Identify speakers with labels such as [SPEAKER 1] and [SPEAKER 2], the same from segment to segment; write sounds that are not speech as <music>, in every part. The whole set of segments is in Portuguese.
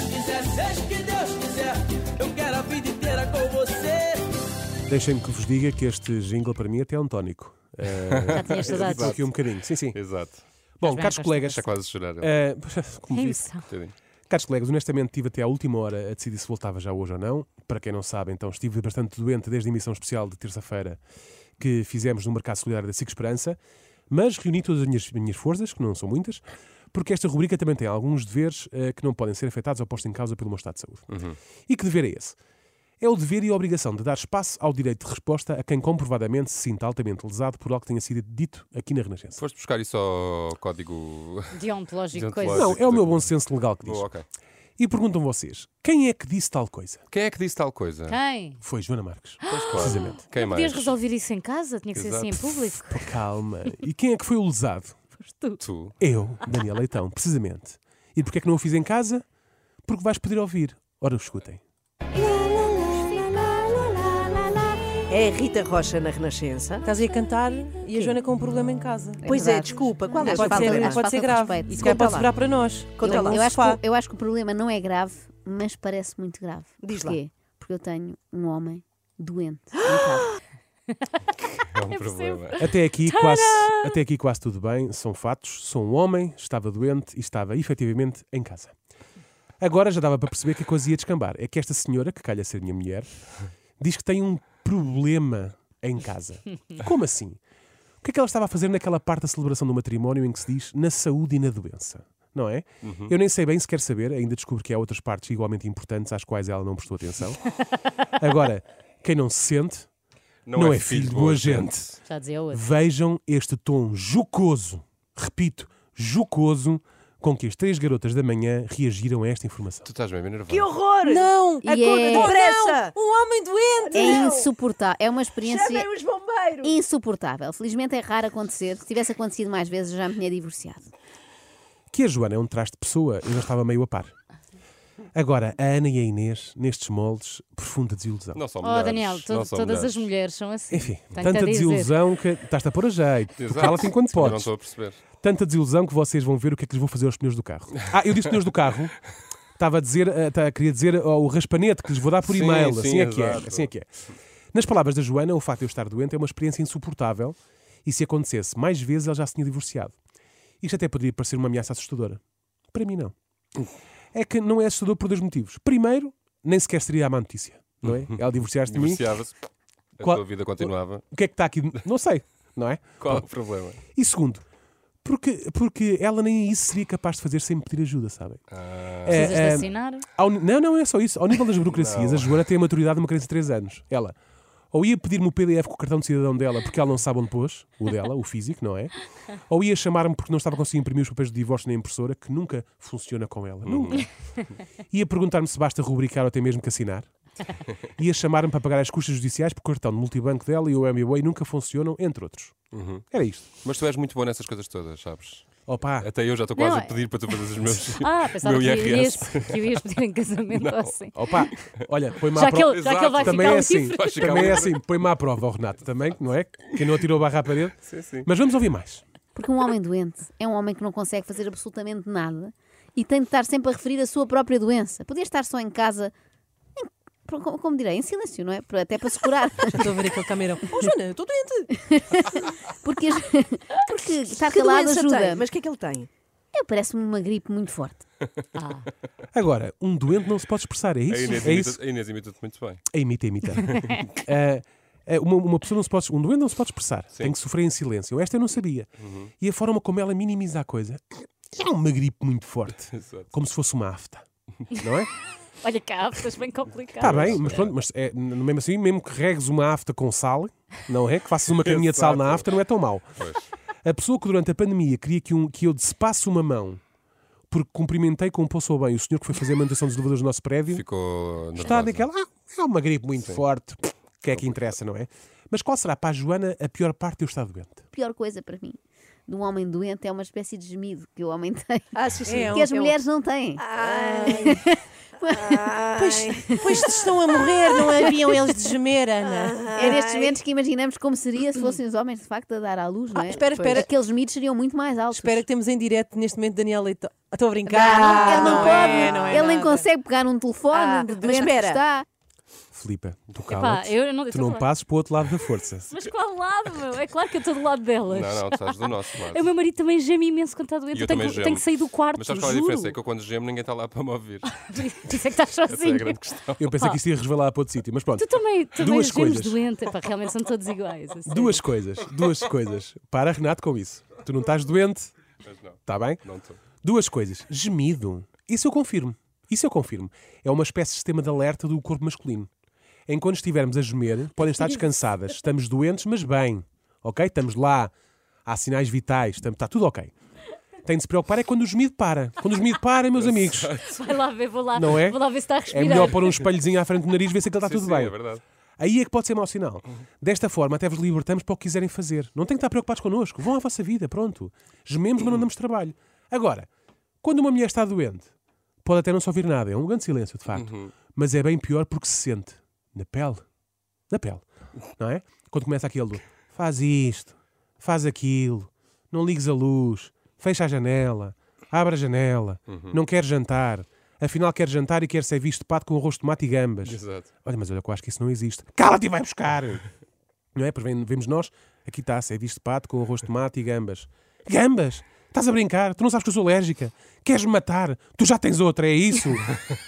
[SPEAKER 1] Seja o que Deus quiser, eu quero a vida inteira com você.
[SPEAKER 2] Deixem-me que vos diga que este jingle para mim até é um
[SPEAKER 3] <laughs>
[SPEAKER 2] tónico.
[SPEAKER 3] Já tinhas saudades.
[SPEAKER 2] Estou aqui um bocadinho. Sim, sim.
[SPEAKER 4] Exato.
[SPEAKER 2] Bom,
[SPEAKER 3] bem,
[SPEAKER 2] caros
[SPEAKER 3] Costa.
[SPEAKER 2] colegas.
[SPEAKER 4] Está quase a chorar. ele,
[SPEAKER 2] eh, <laughs> como
[SPEAKER 3] Que
[SPEAKER 2] disse,
[SPEAKER 3] emoção.
[SPEAKER 4] um bocadinho.
[SPEAKER 2] Caros colegas, honestamente tive até à última hora a decidir se voltava já hoje ou não. Para quem não sabe, então estive bastante doente desde a emissão especial de terça-feira que fizemos no Mercado Solidário da Cic Esperança, mas reuni todas as minhas, minhas forças, que não são muitas, porque esta rubrica também tem alguns deveres eh, que não podem ser afetados ou postos em causa pelo meu estado de saúde. E que dever é esse? É o dever e a obrigação de dar espaço ao direito de resposta a quem comprovadamente se sinta altamente lesado por algo que tenha sido dito aqui na Renascença.
[SPEAKER 4] Foste buscar isso ao código.
[SPEAKER 3] Deontológico,
[SPEAKER 4] Deontológico.
[SPEAKER 3] coisa.
[SPEAKER 2] Não, é o meu bom senso legal que diz.
[SPEAKER 4] Oh, ok.
[SPEAKER 2] E perguntam vocês, quem é que disse tal coisa?
[SPEAKER 4] Quem é que disse tal coisa?
[SPEAKER 3] Quem?
[SPEAKER 2] Foi Joana Marques.
[SPEAKER 4] <gasps> Pois claro. Quem
[SPEAKER 3] não
[SPEAKER 4] mais?
[SPEAKER 3] podias resolver isso em casa? Tinha que ser assim em
[SPEAKER 4] Exato.
[SPEAKER 3] público?
[SPEAKER 2] Pô, calma. E quem é que foi o lesado?
[SPEAKER 4] Tu.
[SPEAKER 2] Eu, Daniel Leitão, precisamente. E porquê é que não o fiz em casa? Porque vais poder ouvir. Ora, escutem.
[SPEAKER 5] É a Rita Rocha na Renascença.
[SPEAKER 6] Estás aí a cantar e a Joana com um problema em casa.
[SPEAKER 5] Pois é, desculpa, qual é o
[SPEAKER 6] Pode
[SPEAKER 3] falta-
[SPEAKER 6] ser,
[SPEAKER 5] problema?
[SPEAKER 3] faz
[SPEAKER 6] pode ser
[SPEAKER 3] falta de
[SPEAKER 6] grave.
[SPEAKER 3] respeito.
[SPEAKER 6] E se calhar
[SPEAKER 5] Conta
[SPEAKER 6] pode
[SPEAKER 5] lá.
[SPEAKER 6] sobrar para nós. Então,
[SPEAKER 5] Conta
[SPEAKER 6] Não,
[SPEAKER 5] lá.
[SPEAKER 6] não
[SPEAKER 7] Eu
[SPEAKER 6] se
[SPEAKER 7] acho,
[SPEAKER 6] faz.
[SPEAKER 7] que, eu acho que o problema não é grave, mas parece muito grave.
[SPEAKER 5] Diz lá.
[SPEAKER 7] Porquê? Porque eu tenho um homem doente. em casa.
[SPEAKER 4] É um problema.
[SPEAKER 2] Até aqui, quase, até aqui quase tudo bem. São fatos. Sou um homem, estava doente e estava efetivamente em casa. Agora já dava para perceber que a coisa ia descambar. É que esta senhora, que calha ser minha mulher, diz que tem um problema em casa. Como assim? O que é que ela estava a fazer naquela parte da celebração do matrimónio em que se diz na saúde e na doença? Não é? Eu nem sei bem se quer saber, ainda descubro que há outras partes igualmente importantes às quais ela não prestou atenção. Agora, quem não se sente, Não é filho de boa gente.
[SPEAKER 3] Já dizia outro.
[SPEAKER 2] Vejam este tom jocoso, repito, jocoso, com que as três garotas da manhã reagiram a esta informação.
[SPEAKER 4] Tu estás bem, bem nervosa.
[SPEAKER 5] Que horror!
[SPEAKER 6] Não!
[SPEAKER 7] E é-
[SPEAKER 6] Oh,
[SPEAKER 5] Depressa!
[SPEAKER 6] não! Um homem doente!
[SPEAKER 7] É insuportável. É uma experiência
[SPEAKER 5] Chamem os bombeiros!
[SPEAKER 7] insuportável. Felizmente é raro acontecer. Se tivesse acontecido mais vezes, eu já me tinha divorciado.
[SPEAKER 2] Que a Joana é um traste de pessoa, eu já estava meio a par. Agora, a Ana e a Inês, nestes moldes, profunda desilusão.
[SPEAKER 4] Não são
[SPEAKER 3] Oh,
[SPEAKER 4] mulheres.
[SPEAKER 3] Daniel, to-
[SPEAKER 4] não
[SPEAKER 3] todas
[SPEAKER 4] são
[SPEAKER 3] as mulheres são assim.
[SPEAKER 2] Enfim,
[SPEAKER 3] Tenho-te a
[SPEAKER 2] tanta
[SPEAKER 3] dizer.
[SPEAKER 2] desilusão que estás-te a pôr a jeito. Tu
[SPEAKER 4] Exato.
[SPEAKER 2] Cala-te enquanto
[SPEAKER 4] Eu Não
[SPEAKER 2] podes.
[SPEAKER 4] estou a perceber.
[SPEAKER 2] Tanta desilusão que vocês vão ver o que é que lhes vou fazer aos pneus do carro. Ah, eu disse pneus do carro. Estava a dizer, eh, tá- queria dizer ó, o raspanete que lhes vou dar por
[SPEAKER 4] Sim,
[SPEAKER 2] e-mail.
[SPEAKER 4] sim,
[SPEAKER 2] assim é que é.
[SPEAKER 4] exato.
[SPEAKER 2] Assim é que é. Nas palavras da Joana, o facto de eu estar doente é uma experiência insuportável e se acontecesse mais vezes, ela já se tinha divorciado. Isto até poderia parecer uma ameaça assustadora. Para mim, não. É que não é assustador por dois motivos. Primeiro, nem sequer seria a má notícia. Não é?
[SPEAKER 4] <laughs>
[SPEAKER 2] Ela divorciar-se de mim.
[SPEAKER 4] Divorciava-se. A
[SPEAKER 2] Qual-
[SPEAKER 4] tua vida continuava.
[SPEAKER 2] O que é que está aqui? de- Não sei. Não é?
[SPEAKER 4] Qual é o <laughs> problema?
[SPEAKER 2] E segundo, porque, porque ela nem isso seria capaz de fazer sem me pedir ajuda, sabem? É,
[SPEAKER 3] Precisas de
[SPEAKER 2] é,
[SPEAKER 3] assinar?
[SPEAKER 2] ao ni- não, não é só isso. Ao nível das burocracias, a Joana tem a maturidade de uma criança de 3 anos. Ela ou ia pedir-me o PDF com o cartão de cidadão dela porque ela não sabe onde pôs, o dela, o físico, não é? Ou ia chamar-me porque não estava conseguindo imprimir os papéis do divórcio na impressora, que nunca funciona com ela. Nunca. Ia perguntar-me se basta rubricar ou até mesmo que assinar. Ia chamar-me para pagar as custas judiciais porque o cartão de multibanco dela e o MBWay nunca funcionam, entre outros. Era isto.
[SPEAKER 4] Mas tu és muito bom nessas coisas todas, sabes?
[SPEAKER 2] Opa,
[SPEAKER 4] Até eu já estou quase
[SPEAKER 3] Não, é.
[SPEAKER 4] a pedir para tu fazeres os
[SPEAKER 2] <laughs>
[SPEAKER 4] meus.
[SPEAKER 3] Ah, pensava
[SPEAKER 4] meu
[SPEAKER 3] que ias,
[SPEAKER 4] IRS.
[SPEAKER 3] que o ias pedir em casamento ou assim.
[SPEAKER 2] opa, olha, põe-me à
[SPEAKER 3] Já que,
[SPEAKER 2] prova.
[SPEAKER 3] ele, já que ele vai
[SPEAKER 4] Exato.
[SPEAKER 2] Também
[SPEAKER 3] ficar
[SPEAKER 2] é assim,
[SPEAKER 3] livre.
[SPEAKER 4] Vai ficar
[SPEAKER 2] também é
[SPEAKER 4] livre.
[SPEAKER 2] assim, põe-me à prova, ó Renato, também, não é? Quem não atirou a barra à parede.
[SPEAKER 4] Sim, sim.
[SPEAKER 2] Mas vamos ouvir mais.
[SPEAKER 7] Porque um homem doente é um homem que não consegue fazer absolutamente nada e tem de estar sempre a referir a sua própria doença. Podia estar só em casa, em- como, como direi, em silêncio, não é? Até para se
[SPEAKER 5] <laughs>
[SPEAKER 7] curar.
[SPEAKER 6] Estou a ver aquele camarão. Oh, Joana, estou doente!
[SPEAKER 7] <laughs> Porque, porque estar
[SPEAKER 5] Que
[SPEAKER 7] calado
[SPEAKER 5] doença
[SPEAKER 7] ajuda.
[SPEAKER 5] tem? Mas o que é que ele tem?
[SPEAKER 7] É, Parece-me uma gripe muito forte.
[SPEAKER 2] Agora, um doente não se pode expressar, é
[SPEAKER 4] A
[SPEAKER 2] isso?
[SPEAKER 4] Inês
[SPEAKER 2] É
[SPEAKER 4] imita-
[SPEAKER 2] isso?
[SPEAKER 4] a Inês imita-te muito bem.
[SPEAKER 2] É imita,
[SPEAKER 3] <laughs>
[SPEAKER 2] imita. Ah, ah, uma, uma pessoa não se pode, um doente não se pode expressar, tem que sofrer em silêncio. Esta eu não sabia.
[SPEAKER 4] Uhum.
[SPEAKER 2] E a forma como ela minimiza a coisa é uma gripe muito forte,
[SPEAKER 4] <laughs> Exato.
[SPEAKER 2] como se fosse uma afta. Não é?
[SPEAKER 3] Olha cá, estás bem complicado.
[SPEAKER 2] Está Tá bem, mas pronto, mas é, n- mesmo assim, mesmo que regues uma afta com sal, não é? Que faças uma caminha de sal na
[SPEAKER 4] Exato.
[SPEAKER 2] afta, não é tão mau. A pessoa que durante a pandemia queria que, um, que eu despasse uma mão porque cumprimentei com um poço bem o senhor que foi fazer a manutenção dos elevadores do nosso prédio,
[SPEAKER 4] Ficou nervosa.
[SPEAKER 2] está daquela. Ah, é uma gripe muito forte. O que é que interessa, não é? Mas qual será para a Joana a pior parte de eu estar doente?
[SPEAKER 7] A pior coisa para mim de um homem doente é uma espécie de gemido que o homem tem.
[SPEAKER 5] Ah, sim, sim.
[SPEAKER 6] É um-
[SPEAKER 7] que as
[SPEAKER 5] é um-
[SPEAKER 7] mulheres não têm.
[SPEAKER 5] Ai.
[SPEAKER 6] Pois, pois estão a morrer, não haviam eles de gemer,
[SPEAKER 5] Ah.
[SPEAKER 6] Ana.
[SPEAKER 7] É nestes momentos que imaginamos como seria
[SPEAKER 6] <clears throat>
[SPEAKER 7] se fossem os homens de facto a dar à luz, não é?
[SPEAKER 6] Ah, espera,
[SPEAKER 7] Pois.
[SPEAKER 6] espera.
[SPEAKER 7] Aqueles mitos seriam muito mais altos.
[SPEAKER 6] Espera que temos em direto neste momento Daniel Leitão. Ah, Estou a brincar.
[SPEAKER 7] Ah, ele não,
[SPEAKER 6] Não
[SPEAKER 7] pode,
[SPEAKER 6] é, não é
[SPEAKER 7] ele nem
[SPEAKER 6] nada.
[SPEAKER 7] consegue pegar num telefone
[SPEAKER 6] Ah,
[SPEAKER 7] de
[SPEAKER 6] mas
[SPEAKER 7] doente que
[SPEAKER 6] espera.
[SPEAKER 7] está.
[SPEAKER 2] Filipa, tu
[SPEAKER 3] Epá,
[SPEAKER 2] cala-te.
[SPEAKER 3] eu não eu
[SPEAKER 2] tá, Tu
[SPEAKER 3] tô
[SPEAKER 2] não
[SPEAKER 3] a falar.
[SPEAKER 2] passes para o outro lado da força.
[SPEAKER 3] Mas qual lado, meu? É claro que eu estou do lado delas. É
[SPEAKER 4] Não, não, tu estás do nosso lado.
[SPEAKER 3] O meu marido também geme imenso quando está doente.
[SPEAKER 4] E eu
[SPEAKER 3] Eu tenho,
[SPEAKER 4] também
[SPEAKER 3] que-
[SPEAKER 4] gemo.
[SPEAKER 3] tenho que sair do quarto.
[SPEAKER 4] Mas sabes qual é a
[SPEAKER 3] juro. <laughs>
[SPEAKER 4] diferença? É que eu quando gemo ninguém está lá para me ouvir.
[SPEAKER 3] Por isso é que estás
[SPEAKER 4] Essa é a
[SPEAKER 3] sozinho.
[SPEAKER 4] grande questão.
[SPEAKER 2] Eu pensei que isto ia resvalar para outro sítio, mas pronto.
[SPEAKER 3] Tu também, também
[SPEAKER 2] Duas
[SPEAKER 3] gemes
[SPEAKER 2] coisas.
[SPEAKER 3] doente. Epá, realmente são todos iguais. assim.
[SPEAKER 2] Duas coisas, duas coisas. Para, Renato, com isso. Tu não estás doente,
[SPEAKER 4] Mas não,
[SPEAKER 2] está bem?
[SPEAKER 4] não estou.
[SPEAKER 2] Duas coisas. Gemido. Isso eu confirmo. Isso eu confirmo. É uma espécie de sistema de alerta do corpo masculino. Enquanto estivermos a gemer, podem estar descansadas. Estamos doentes, mas bem. Ok? Estamos lá. Há sinais vitais. Estamos... Está tudo ok. Tem de se preocupar é quando o gemido para. Quando o gemido para,
[SPEAKER 4] <laughs>
[SPEAKER 2] meus amigos,
[SPEAKER 3] Vai lá ver, vou lá,
[SPEAKER 2] Não é?
[SPEAKER 3] vou lá ver se está a respirar.
[SPEAKER 2] é melhor pôr um espelhozinho à frente do nariz ver se aquilo está
[SPEAKER 4] Sim,
[SPEAKER 2] tudo
[SPEAKER 4] sim,
[SPEAKER 2] bem.
[SPEAKER 4] É verdade. <laughs>
[SPEAKER 2] Aí é que pode ser mau sinal. Desta forma, até vos libertamos para o que quiserem fazer. Não têm que estar preocupados connosco. Vão à vossa vida, pronto. Gememos, mas não damos trabalho. Agora, quando uma mulher está doente, pode até não se ouvir nada. É um grande silêncio, de facto. Mas é bem pior porque se sente na pele. Na pele. Não é? Quando começa aquilo do faz isto, faz aquilo, não ligues a luz, fecha a janela, abre a janela, não quer jantar, afinal quer jantar e quer ser visto de pato com arroz de tomate e gambas.
[SPEAKER 4] Exato.
[SPEAKER 2] Olha, mas olha que eu acho que isso não existe. Cala-te e vai buscar! Não é? Pois vem- vemos nós, aqui está, é visto de pato com arroz de tomate e gambas. Gambas? Estás a brincar? Tu não sabes que eu sou alérgica? Queres-me matar? Tu já tens outra, é isso?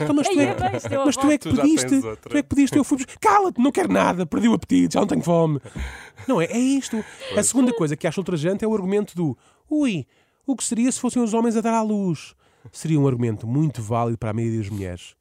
[SPEAKER 2] Então, mas tu
[SPEAKER 3] Ei,
[SPEAKER 2] é,
[SPEAKER 3] é bem, isto é uma
[SPEAKER 2] mas tu é que
[SPEAKER 4] volta. Tu já tens
[SPEAKER 2] pediste,
[SPEAKER 4] outra.
[SPEAKER 2] tu é que pediste, eu fui buscar. Cala-te, não quero nada, perdi o apetite, já não tenho fome. Não é? É isto. A segunda coisa que acho ultrajante é o argumento do ui, o que seria se fossem os homens a dar à luz? Seria um argumento muito válido para a maioria das mulheres,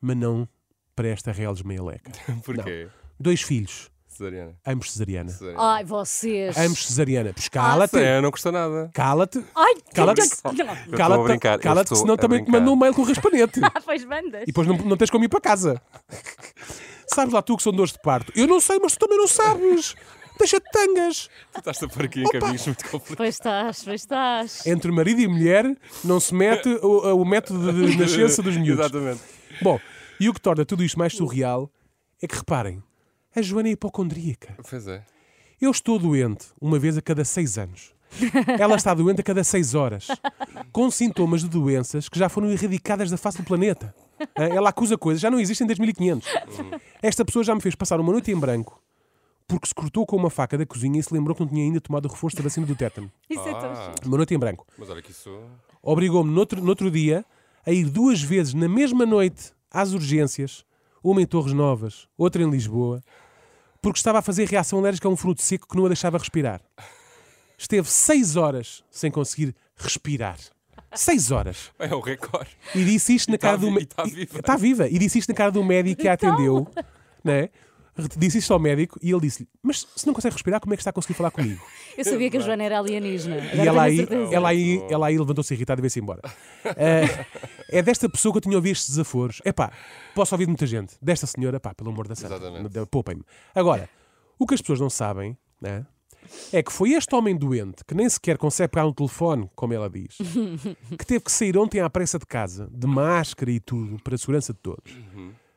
[SPEAKER 2] mas não para esta real
[SPEAKER 4] <laughs>
[SPEAKER 2] esmeialeca.
[SPEAKER 4] Porquê?
[SPEAKER 2] Dois filhos,
[SPEAKER 4] Cesariana.
[SPEAKER 2] ambos cesariana.
[SPEAKER 4] Cesariana.
[SPEAKER 3] Ai, vocês.
[SPEAKER 2] Ambos cesariana.
[SPEAKER 4] Ah,
[SPEAKER 2] Pois cala-te,
[SPEAKER 4] Cesariana não custa nada.
[SPEAKER 2] cala-te,
[SPEAKER 3] Ai, que-
[SPEAKER 2] Cala-te.
[SPEAKER 3] Não.
[SPEAKER 4] Eu estou a
[SPEAKER 2] cala-te,
[SPEAKER 4] brincar, eu
[SPEAKER 2] cala-te, que
[SPEAKER 4] estou
[SPEAKER 2] senão
[SPEAKER 4] a
[SPEAKER 2] também te
[SPEAKER 4] brincar.
[SPEAKER 2] mandam um mail com
[SPEAKER 4] <laughs>
[SPEAKER 2] raspanete.
[SPEAKER 3] Ah, pois bandas.
[SPEAKER 2] E depois não, não tens como ir para casa. Sabes lá tu que são dores de parto? Eu não sei, mas tu também não sabes. Deixa-te tangas.
[SPEAKER 4] Tu estás a pôr aqui em caminhos muito complicados.
[SPEAKER 3] Pois estás, pois estás.
[SPEAKER 2] Entre marido e mulher não se mete o, o método de nascença dos miúdos.
[SPEAKER 4] Exatamente.
[SPEAKER 2] Bom, e o que torna tudo isto mais surreal é que, reparem, a Joana é hipocondríaca.
[SPEAKER 4] Pois é.
[SPEAKER 2] Eu estou doente uma vez a cada seis anos. Ela está doente a cada seis horas, com sintomas de doenças que já foram erradicadas da face do planeta. Hã? Ela acusa coisas que já não existem desde 1500. Esta pessoa já me fez passar uma noite em branco porque se cortou com uma faca da cozinha e se lembrou que não tinha ainda tomado o reforço da vacina do tétano.
[SPEAKER 3] Isso é tão
[SPEAKER 4] Ah,
[SPEAKER 3] chique.
[SPEAKER 2] Uma noite em branco.
[SPEAKER 4] mas olha que isso.
[SPEAKER 2] Obrigou-me, noutro, noutro dia, a ir duas vezes na mesma noite às urgências, uma em Torres Novas, outra em Lisboa, porque estava a fazer reação alérgica a um fruto seco que não a deixava respirar. Esteve seis horas sem conseguir respirar. Seis horas.
[SPEAKER 4] É o recorde.
[SPEAKER 2] E disse isto na
[SPEAKER 4] tá
[SPEAKER 2] cara do
[SPEAKER 4] vi-
[SPEAKER 2] mé-
[SPEAKER 4] e tá
[SPEAKER 2] e-
[SPEAKER 4] viva.
[SPEAKER 2] tá viva. E disse isto na cara do médico que a atendeu, né? Disse isto ao médico e ele disse-lhe: Mas se não consegue respirar, como é que está a conseguir falar comigo?
[SPEAKER 3] Eu sabia que a Joana era alienígena.
[SPEAKER 2] E
[SPEAKER 3] Agora
[SPEAKER 2] ela
[SPEAKER 3] tenho
[SPEAKER 2] aí,
[SPEAKER 3] certeza.
[SPEAKER 2] ela aí, ela aí levantou-se irritada e veio-se embora. <laughs> Eh, é desta pessoa que eu tinha ouvido estes desaforos. Epá, posso ouvir de muita gente. Desta senhora, pá, pelo amor da santa.
[SPEAKER 4] Exatamente.
[SPEAKER 2] De- Poupem-me. Agora, o que as pessoas não sabem, né, É que foi este homem doente, que nem sequer consegue pegar um telefone, como ela
[SPEAKER 3] <laughs>
[SPEAKER 2] diz, que teve que sair ontem à pressa de casa, de máscara e tudo, para a segurança de todos,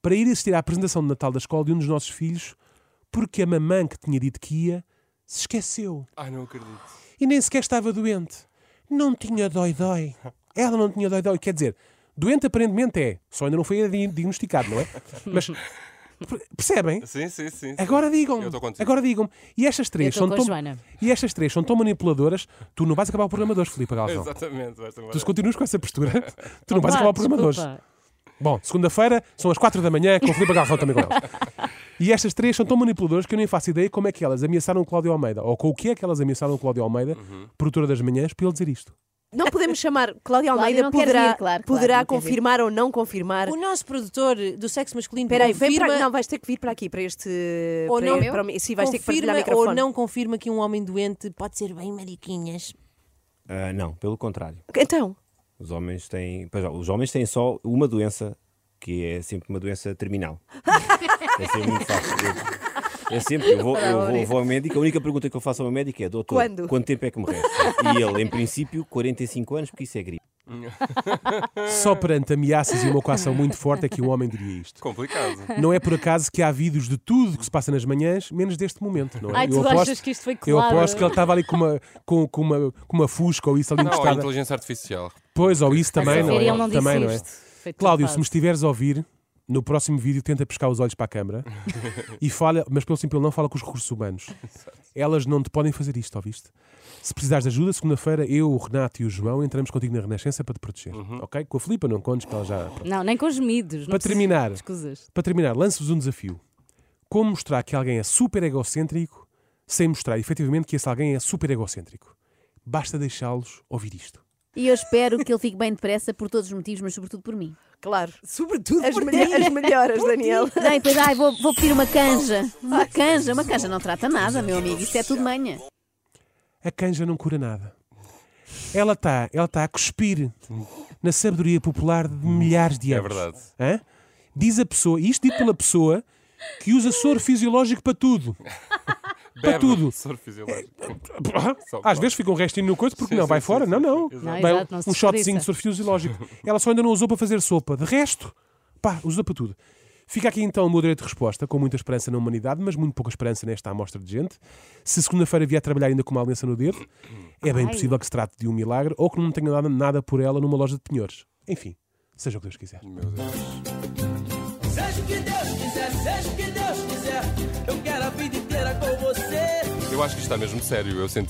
[SPEAKER 2] para ir assistir à apresentação de Natal da escola de um dos nossos filhos, porque a mamã que tinha dito que ia se esqueceu
[SPEAKER 4] Ai, não acredito.
[SPEAKER 2] e nem sequer estava doente. Não tinha dói-dói. Ela não tinha dói-dói. Quer dizer, doente aparentemente é. Só ainda não foi di- diagnosticado,
[SPEAKER 3] <laughs>
[SPEAKER 2] não é? Mas per- percebem?
[SPEAKER 4] Sim, sim, sim. sim.
[SPEAKER 2] Agora digam-me.
[SPEAKER 4] Eu estou contigo.
[SPEAKER 2] Agora digam-me. E estas
[SPEAKER 3] Eu
[SPEAKER 2] três são
[SPEAKER 3] estou com a
[SPEAKER 2] tão
[SPEAKER 3] Joana.
[SPEAKER 2] e estas três são tão manipuladoras. Tu não vais acabar o programa de hoje, Filipe Galvão.
[SPEAKER 4] Exatamente. vais-te embora.
[SPEAKER 2] Tu se continuas com essa postura, <laughs> tu não vais
[SPEAKER 3] Pá,
[SPEAKER 2] acabar o programa de hoje.
[SPEAKER 3] Ah, desculpa.
[SPEAKER 2] Bom, segunda-feira são as quatro da manhã com o Filipe Galvão também com elas. E estas três são tão manipuladoras que eu nem faço ideia como é que elas ameaçaram o Cláudio Almeida, ou com o que é que elas ameaçaram o Cláudio Almeida, produtora das manhãs, para ele dizer isto.
[SPEAKER 5] Não podemos chamar. Cláudia Almeida
[SPEAKER 7] não quer
[SPEAKER 5] poderá,
[SPEAKER 7] vir, claro, claro,
[SPEAKER 5] poderá
[SPEAKER 7] não quer vir.
[SPEAKER 5] confirmar ou não confirmar.
[SPEAKER 6] O nosso produtor do sexo masculino
[SPEAKER 5] Espera aí, vem
[SPEAKER 6] confirma,
[SPEAKER 5] para- Não, vais ter que vir para aqui, para este.
[SPEAKER 6] Ou
[SPEAKER 5] para,
[SPEAKER 6] não.
[SPEAKER 5] para o- sim, vais ter que partilhar
[SPEAKER 6] confirma
[SPEAKER 5] microfone.
[SPEAKER 6] ou não confirma que um homem doente pode ser bem mariquinhas.
[SPEAKER 8] Ah, não, pelo contrário.
[SPEAKER 5] Então,
[SPEAKER 8] Os homens têm. pois, ó, os homens têm só uma doença, que é sempre uma doença terminal. é sempre muito fácil. É sempre, eu vou, eu vou, vou ao médico, a única pergunta que eu faço ao meu médico é, doutor,
[SPEAKER 5] Quando?
[SPEAKER 8] quanto tempo é que me resta? E ele, em princípio, 45 anos, porque isso é gripe.
[SPEAKER 2] Só perante ameaças e uma coação muito forte é que um homem diria isto.
[SPEAKER 4] Complicado.
[SPEAKER 2] Não é por acaso que há vídeos de tudo que se passa nas manhãs, menos deste momento, não é?
[SPEAKER 3] Ai, tu achas que é isto foi
[SPEAKER 2] eu
[SPEAKER 3] colado?
[SPEAKER 2] aposto que ele estava ali com uma, com, com uma, com uma fusca ou isso ali
[SPEAKER 4] Não, a
[SPEAKER 2] encostada.
[SPEAKER 4] inteligência artificial.
[SPEAKER 2] Pois, ou isso também,
[SPEAKER 3] então- Mas,
[SPEAKER 2] não
[SPEAKER 3] a ver,
[SPEAKER 2] é?
[SPEAKER 3] ele não disse
[SPEAKER 2] também, não é?
[SPEAKER 3] isto. Foi tudo
[SPEAKER 2] Cláudio, se
[SPEAKER 3] falso.
[SPEAKER 2] me estiveres a ouvir, no próximo vídeo tenta pescar os olhos para a câmara e fala, mas pelo simples não fala com os recursos humanos. Elas não te podem fazer isto, ouviste? Se precisares de ajuda, segunda-feira eu, o Renato e o João entramos contigo na Renascença para te proteger, ok? Com a Filipa não contes que ela já...
[SPEAKER 3] Não, nem com os midos.
[SPEAKER 2] Para terminar,
[SPEAKER 3] Escusas.
[SPEAKER 2] para terminar, lanço-vos um desafio. Como mostrar que alguém é super egocêntrico sem mostrar efetivamente que esse alguém é super egocêntrico? Basta deixá-los ouvir isto.
[SPEAKER 7] E eu espero que ele fique bem depressa por todos os motivos, mas sobretudo por mim.
[SPEAKER 5] Claro.
[SPEAKER 6] Sobretudo
[SPEAKER 5] As,
[SPEAKER 6] por
[SPEAKER 5] melho-
[SPEAKER 6] ti.
[SPEAKER 5] as melhoras, Daniel.
[SPEAKER 7] Não, e depois, ai, vou, vou pedir uma canja. Uma canja, uma canja não trata nada, meu amigo. Isso é tudo manha.
[SPEAKER 2] A canja não cura nada. Ela está ela tá a cuspir na sabedoria popular de milhares de
[SPEAKER 4] É
[SPEAKER 2] anos.
[SPEAKER 4] verdade.
[SPEAKER 2] Hã? Diz a pessoa, e isto dito pela pessoa, que usa soro fisiológico para tudo.
[SPEAKER 4] Bebe,
[SPEAKER 2] tudo.
[SPEAKER 4] soro fisiológico. Só
[SPEAKER 2] Às
[SPEAKER 4] pode.
[SPEAKER 2] vezes fica um restinho no coito porque
[SPEAKER 4] Sim,
[SPEAKER 2] não,
[SPEAKER 4] sim,
[SPEAKER 2] vai
[SPEAKER 4] sim,
[SPEAKER 2] fora.
[SPEAKER 4] sim,
[SPEAKER 2] não,
[SPEAKER 4] sim.
[SPEAKER 2] não.
[SPEAKER 4] Exato.
[SPEAKER 3] Não,
[SPEAKER 2] Bem,
[SPEAKER 3] exato, não se
[SPEAKER 2] um shotzinho de
[SPEAKER 3] desperdiça.
[SPEAKER 2] soro fisiológico. Ela só ainda não usou para fazer sopa. De resto, pá, usa para tudo. Fica aqui então o meu direito de resposta, com muita esperança na humanidade, mas muito pouca esperança nesta amostra de gente. Se segunda-feira vier trabalhar ainda com uma aliança no dedo, é bem
[SPEAKER 7] Ai.
[SPEAKER 2] possível que se trate de um milagre ou que não tenha dado nada por ela numa loja de penhores. Enfim, seja o que Deus quiser.
[SPEAKER 4] Meu Deus.
[SPEAKER 1] Seja o que Deus quiser, seja o que Deus quiser, eu quero a vida inteira com você.
[SPEAKER 4] Eu acho que isto está mesmo sério. Eu senti